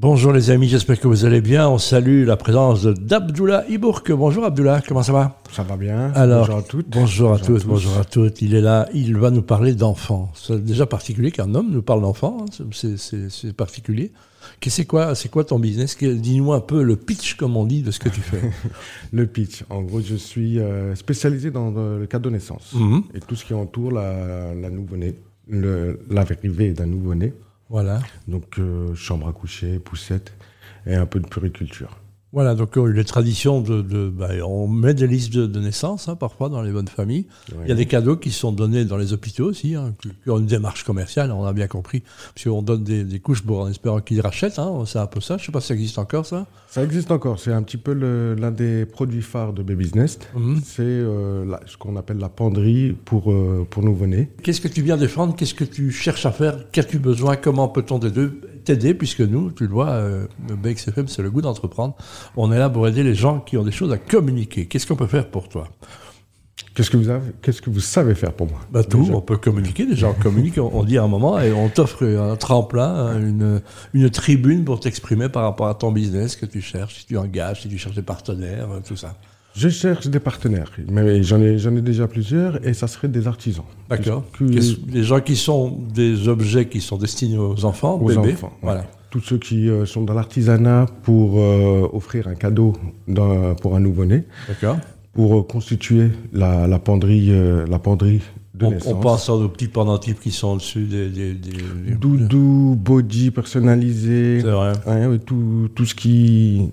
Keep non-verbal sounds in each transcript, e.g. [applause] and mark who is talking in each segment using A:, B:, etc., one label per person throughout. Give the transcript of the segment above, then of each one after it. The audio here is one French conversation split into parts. A: Bonjour les amis, j'espère que vous allez bien. On salue la présence d'Abdullah Ibourk. Bonjour Abdullah, comment ça va
B: Ça va bien.
A: Alors,
B: bonjour à toutes.
A: Bonjour à tous, bonjour à toutes. Il est là, il va nous parler d'enfants. C'est déjà particulier qu'un homme nous parle d'enfants, hein. C'est- c'est c'est particulier. Qu'est- C'est quoi, c'est quoi ton business Que- Dis-nous un peu le pitch, comme on dit, de ce que tu fais.
B: Le pitch. En gros, je suis euh, spécialisé dans euh, le cas de naissance
A: [laughs] Mhm.
B: et tout ce qui entoure la, la nouveau-né, le- l'arrivée d'un nouveau-né.
A: Voilà.
B: Donc, euh, chambre à coucher, poussette et un peu de puriculture.
A: Voilà, donc euh, les traditions de. de- bah, on met des listes de, de naissance, hein, parfois, dans les bonnes familles. Il y a des cadeaux qui sont donnés dans les hôpitaux aussi, hein, qui qui ont une démarche commerciale, on a bien compris. Parce qu'on donne des, des couches pour, en espérant qu'ils rachètent, hein, c'est un peu ça. Je sais pas si ça existe encore, ça.
B: Ça existe encore. C'est un petit peu le- l'un des produits phares de Baby's Nest.
A: Mhm.
B: C'est euh, la- ce qu'on appelle la penderie pour, euh, pour nouveau-né.
A: Qu'est-ce que tu viens défendre Qu'est-ce que tu cherches à faire Qu'as-tu besoin Comment peut-on t'aider- t'aider Puisque nous, tu le vois, euh, le BXFM, c'est le goût d'entreprendre. On est là pour aider les gens qui ont des choses à communiquer. Qu'est-ce qu'on peut faire pour toi
B: Qu'est-ce que vous avez Qu'est-ce que vous savez faire pour moi
A: Bah tout,
B: Déjà.
A: on peut communiquer déjà, on communique, on on dit à un moment et on t'offre un tremplin, une, une tribune pour t'exprimer par rapport à ton business que tu cherches, si tu engages, si tu cherches des partenaires, euh, tout ça.
B: Je cherche des partenaires, mais j'en ai, j'en ai déjà plusieurs, et ça serait des artisans.
A: D'accord
B: Que-
A: Qu'est-ce- Des gens qui sont des objets qui sont destinés aux enfants,
B: Aux
A: bébés.
B: enfants, ouais.
A: Voilà.
B: Tous ceux qui euh, sont dans l'artisanat pour euh, offrir un cadeau d'un- pour un nouveau-né,
A: D'accord
B: pour euh, constituer la, la penderie, euh, la penderie de
A: on,
B: naissance.
A: on pense aux petits pendentifs qui sont au-dessus des. des, des- des-
B: Doudou, body personnalisé,
A: C'est vrai.
B: ouais, ouais, tout, tout ce qui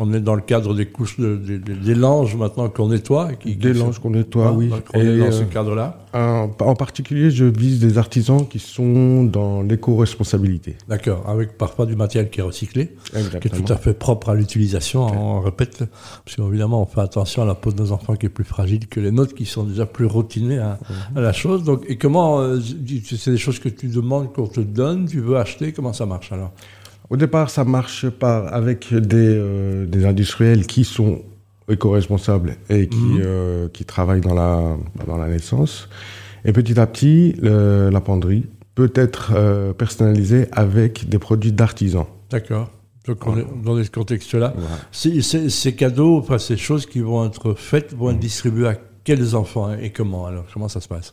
A: On est dans le cadre des couches de- des- des- des langes maintenant qu'on nettoie. et Qui, qui-
B: délange qu'on nettoie,
A: Hein,
B: Ah oui.
A: donc on est
B: Et,
A: dans ce
B: euh,
A: cadre-là.
B: en, en particulier, je vise des artisans qui sont dans l'éco-responsabilité.
A: D'accord. Avec parfois du matériel qui est recyclé. qui est
B: Exactement.
A: tout à fait propre à l'utilisation, on répète, parce qu'évidemment on fait attention à la peau de nos enfants qui est plus fragile que les nôtres qui sont déjà plus rotinés à,
B: Mhm.
A: à la chose. Donc, et comment, euh, tu- c'est des choses que tu demandes, qu'on te donne, tu veux acheter, comment ça marche alors
B: Au départ, ça marche par, avec des, euh, des industriels qui sont éco-responsables et qui,
A: Mhm.
B: euh, qui travaillent dans la, dans la naissance. Et petit à petit, le- la penderie peut être euh, personnalisée avec des produits d'artisans.
A: D'accord. Donc on est dans ce contexte-là.
B: Voilà.
A: Ces- ces- ces cadeaux, enfin ces choses qui vont être faites, vont
B: Mhm.
A: être distribuées à quels enfants hein, et comment alors Comment ça se passe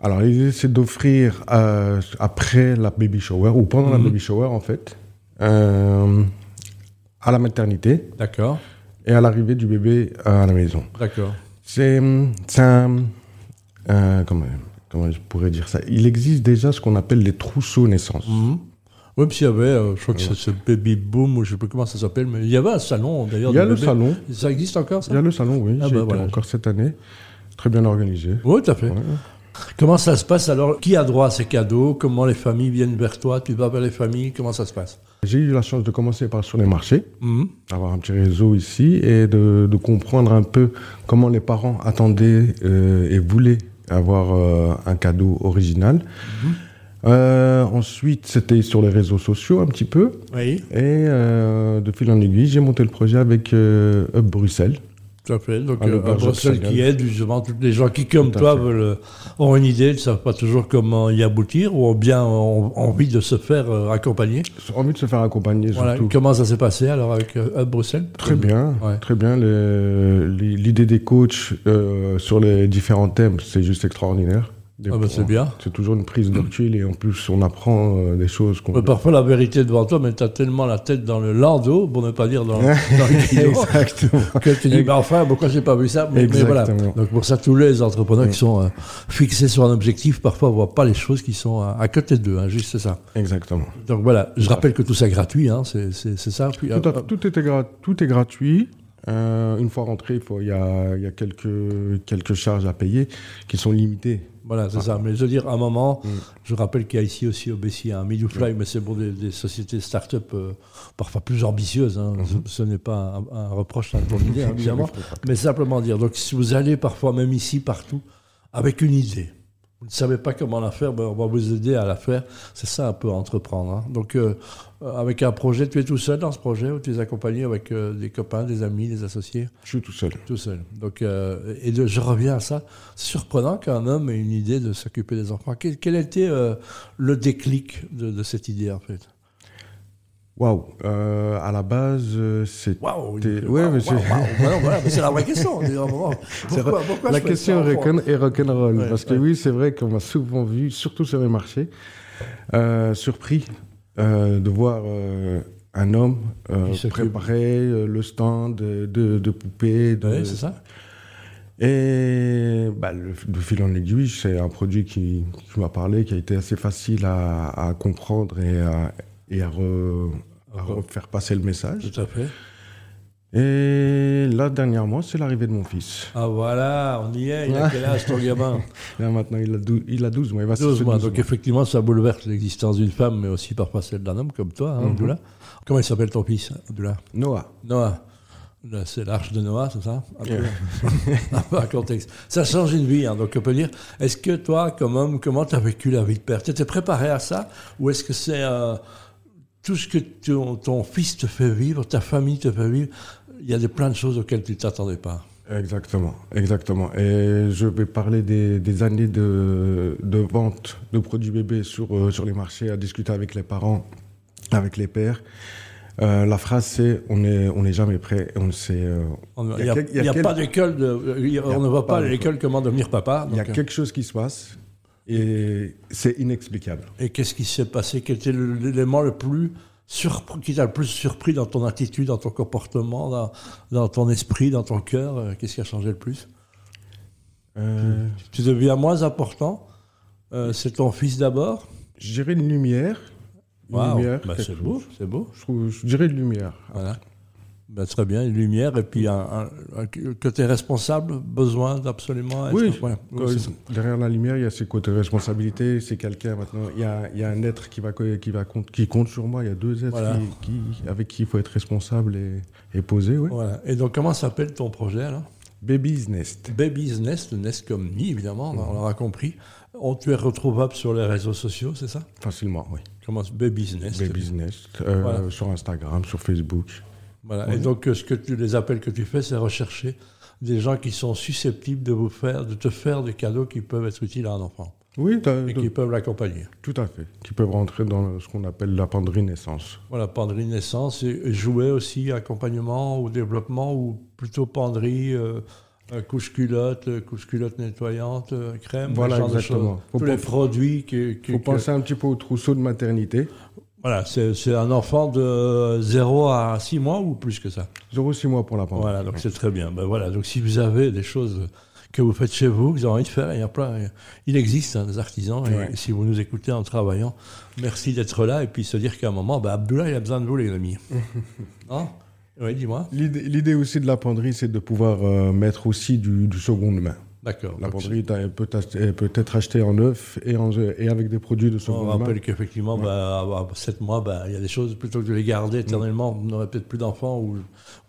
B: Alors, l'idée, c'est d'offrir, euh, après la baby shower, ou pendant
A: Mhm.
B: la baby shower, en fait, euh, à la maternité
A: D'accord.
B: et à l'arrivée du bébé à la maison.
A: D'accord.
B: C'est c'est un. euh, comment, comment je pourrais dire ça Il existe déjà ce qu'on appelle les trousseaux naissance.
A: Oui, puis il y avait, euh, je crois que c'est ce baby boom, ou je ne sais plus comment ça s'appelle, mais il y avait un salon d'ailleurs.
B: Il y a
A: de
B: le
A: bébés.
B: salon.
A: Ça existe encore, ça
B: Il y a le salon, oui.
A: Ah
B: J'ai
A: bah
B: été
A: voilà.
B: encore cette année. Très bien organisé.
A: Oui, tout à fait.
B: Ouais.
A: Comment ça se passe alors Qui a droit à ces cadeaux Comment les familles viennent vers toi Tu vas vers les familles Comment ça se passe
B: J'ai eu la chance de commencer par sur les marchés,
A: Mhm.
B: d'avoir un petit réseau ici et de, de comprendre un peu comment les parents attendaient euh, et voulaient avoir euh, un cadeau original.
A: Hmm.
B: Euh, ensuite, c'était sur les réseaux sociaux un petit peu.
A: Oui,
B: Et euh, de fil en aiguille, j'ai monté le projet avec euh, Hub Bruxelles.
A: tout à fait. Donc,
B: Ah, le
A: euh, à
B: barge
A: Bruxelles
B: obstacle.
A: qui aide justement tous les gens qui, comme
B: Tout à
A: toi,
B: fait.
A: veulent, euh, ont une idée, ne savent pas toujours comment y aboutir ou ont bien ont envie de se faire euh, accompagner.
B: J'ai envie de se faire accompagner
A: Voilà.
B: surtout.
A: Comment ça s'est passé alors avec euh, Hub Bruxelles
B: Très bien,
A: Ouais.
B: très bien. Le- li- L'idée des coachs euh, sur les différents thèmes, c'est juste extraordinaire. Des-
A: Ah bah, c'est bien.
B: C'est toujours une prise de recul et en plus, on apprend euh, des choses qu'on.
A: Mais
B: [laughs]
A: parfois la vérité est devant toi, mais t'as tellement la tête dans le landau, pour ne pas dire
B: [laughs]
A: dans, dans le guidon,
B: Exactement.
A: que tu dis, mais enfin, pourquoi j'ai pas vu ça mais, mais voilà.
B: Exactement.
A: Donc pour ça, tous les entrepreneurs qui sont euh, fixés sur un objectif, parfois voient pas les choses qui sont à, à côté d'eux, hein, juste ça.
B: Exactement.
A: Donc voilà, je rappelle que tout ça est gratuit, hein, c'est, c'est- c'est ça. Puis,
B: Tout,
A: euh,
B: à- tout était gra- tout est gratuit. Euh, une fois rentré, il faut- il y a, il y a quelques, quelques charges à payer qui sont limitées.
A: Voilà, c'est ça. Mais je veux dire, à un moment,
B: Mm.
A: je rappelle qu'il y a ici aussi au Bessie un Midufly, mais c'est pour des, des sociétés start-up euh, parfois plus ambitieuses. hein.
B: Mm-hmm.
A: Ce, ce n'est pas un, un reproche à ton
B: [laughs]
A: idée, hein, évidemment, mais simplement dire. Donc, si vous allez parfois, même ici, partout, avec une idée, vous ne savez pas comment la faire, ben, on va vous aider à la faire. C'est ça un peu entreprendre. hein. Donc, euh, euh, avec un projet, tu es tout seul dans ce projet ou tu es accompagné avec euh, des copains, des amis, des associés
B: Je suis tout seul.
A: tout seul. Donc, euh, et de- je reviens à ça. C'est surprenant qu'un homme ait une idée de s'occuper des enfants. Quel, quel était euh, le déclic de, de cette idée, en fait
B: Waouh Euh, À la base, euh, c'est.
A: Waouh
B: T'es-
A: il-
B: ouais,
A: waouh,
B: mais c'est-
A: waouh, [laughs] waouh. Voilà, voilà, mais c'est la vraie question. on dit, à un moment, pourquoi- pourquoi
B: la
A: je fais
B: question
A: ça,
B: est
A: enfant
B: rock'n- est rock'n'roll.
A: Ouais,
B: parce que
A: ouais.
B: oui, c'est vrai qu'on m'a souvent vu, surtout sur les marchés, euh, surpris euh, de voir euh, un homme euh,
A: Il s'occupe.
B: préparer euh, le stand de, de- de poupées. de-
A: Ouais, c'est ça.
B: Et bah, le, de fil en aiguille, c'est un produit qui, qui m'a parlé, qui a été assez facile à, à comprendre et à, et à re- à refaire passer le message.
A: Tout à fait.
B: Et là, dernièrement, c'est l'arrivée de mon fils.
A: Ah voilà, on y est. Il a quel âge ton gamin
B: Là, maintenant, il a, dou- il a 12 mois. Il va se
A: 12 mois.
B: 12
A: Donc
B: mois.
A: effectivement, ça bouleverse l'existence d'une femme, mais aussi parfois celle d'un homme comme toi, hein, Abdullah. Comment il s'appelle ton fils, Abdullah
B: Noah.
A: Noah. Là, C'est l'arche de Noah, c'est ça Un peu un contexte. Ça change une vie, hein, donc on peut dire. Est-ce que toi, comme homme, comment tu as vécu la vie de père Tu étais préparé à ça Ou est-ce que c'est euh, tout ce que ton, ton fils te fait vivre, ta famille te fait vivre Il y a des, plein de choses auxquelles tu t'attendais pas.
B: Exactement, exactement. Et je vais parler des, des années de, de vente de produits bébés sur, euh, sur les marchés, à discuter avec les parents, avec les pères. Euh, la phrase c'est on n'est on n'est jamais prêt, et on sait. euh,
A: On-
B: Il y a quel-
A: Il n'y a,
B: quel-
A: pas d'école, de- il y a- on ne voit pas à
B: pas
A: l'école comment devenir papa.
B: il y a
A: donc, euh,
B: quelque chose qui se passe et c'est inexplicable.
A: euh, Et qu'est-ce qui s'est passé Quel était le- l'élément le plus surpris, qui t'a le plus surpris dans ton attitude, dans ton comportement, dans, dans ton esprit, dans ton cœur euh, Qu'est-ce qui a changé le plus
B: Euh,
A: Tu deviens moins important. euh, c'est ton fils d'abord.
B: je dirais une lumière. Une
A: Waouh,
B: lumière.
A: bah,
B: quelque
A: c'est
B: chose.
A: beau, c'est beau.
B: Je, trouve- je dirais une lumière.
A: Voilà. Bah, très bien, une lumière et puis un, un- un côté responsable, besoin d'absolument. être-
B: Oui,
A: voilà.
B: Quand
A: c'est
B: il-
A: ça.
B: Euh, derrière la lumière, il y a ses côtés responsabilités, c'est quelqu'un maintenant. Il y a, il y a un être qui, va, co- qui, va compte, qui compte sur moi, il y a deux êtres
A: Voilà.
B: qui, qui- avec qui il faut être responsable et, et posé. Ouais.
A: Voilà. Et donc, comment s'appelle ton projet alors
B: Baby's Nest.
A: Baby's Nest, le Nest comme nid, évidemment, on l'aura compris. On, tu es retrouvable sur les réseaux sociaux, c'est ça
B: Facilement, oui.
A: Comment Baby's Nest.
B: Baby's Nest. euh,
A: Voilà.
B: Sur Instagram, sur Facebook.
A: Voilà. Et donc, euh, ce que tu, les appels que tu fais, c'est rechercher des gens qui sont susceptibles de vous faire, de te faire des cadeaux qui peuvent être utiles à un enfant
B: Oui, t'as-
A: et qui peuvent l'accompagner.
B: tout à fait. Qui peuvent rentrer dans ce qu'on appelle la penderie naissance.
A: Voilà, penderie naissance et, et jouets aussi, accompagnement ou développement ou plutôt penderie, euh, euh, couche-culotte, euh, couche-culotte nettoyante, euh, crème,
B: Voilà,
A: ce genre de
B: exactement.
A: choses.
B: Faut
A: Tous les
B: pas-
A: produits qui,
B: Il
A: qui-
B: faut
A: que-
B: penser un petit peu au trousseau de maternité.
A: Voilà, c'est c'est un enfant de 0 à 6 mois ou plus que ça.
B: 0,6 mois pour la penderie.
A: Voilà, donc c'est très bien. Ben voilà, donc si vous avez des choses que vous faites chez vous, que vous avez envie de faire, il y a plein. Il existe hein, des artisans, et
B: Ouais.
A: si vous nous écoutez en travaillant, merci d'être là et puis se dire qu'à un moment, ben Abdullah, il a besoin de vous, les
B: [laughs]
A: amis. Hein Oui, dis-moi.
B: L'idée l'idée aussi de la penderie, c'est de pouvoir euh, mettre aussi du, du seconde main.
A: D'accord.
B: La
A: Donc,
B: penderie t'as- elle peut t'ach- elle peut être achetée en neuf et, en- et avec des produits de
A: On
B: seconde main.
A: rappelle qu'effectivement, bah, à 7 mois, bah, il y a des choses, plutôt que de les
B: Mm.
A: garder éternellement, on n'aurait peut-être plus d'enfants, ou,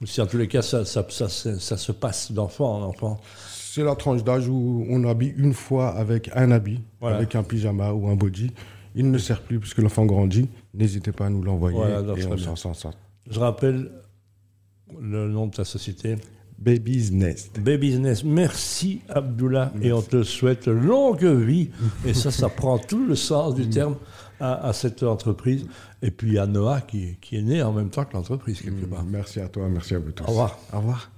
A: ou si en tous les cas, ça, ça, ça- ça- ça se passe d'enfant en enfant.
B: C'est la tranche d'âge où on habille une fois avec un habit,
A: Voilà.
B: avec un pyjama ou un body. Il ne sert plus puisque l'enfant grandit. N'hésitez pas à nous l'envoyer
A: Voilà, alors,
B: et
A: très
B: on
A: bien.
B: s'en sort ça.
A: Je rappelle le nom de ta société.
B: Baby's Nest.
A: Business, merci Abdullah et on te souhaite longue vie. Et ça, ça prend tout le sens du terme à, à cette entreprise. Et puis à Noah qui, qui est né en même temps que l'entreprise quelque part.
B: Merci à toi, merci à vous tous.
A: Au revoir.
B: Au revoir.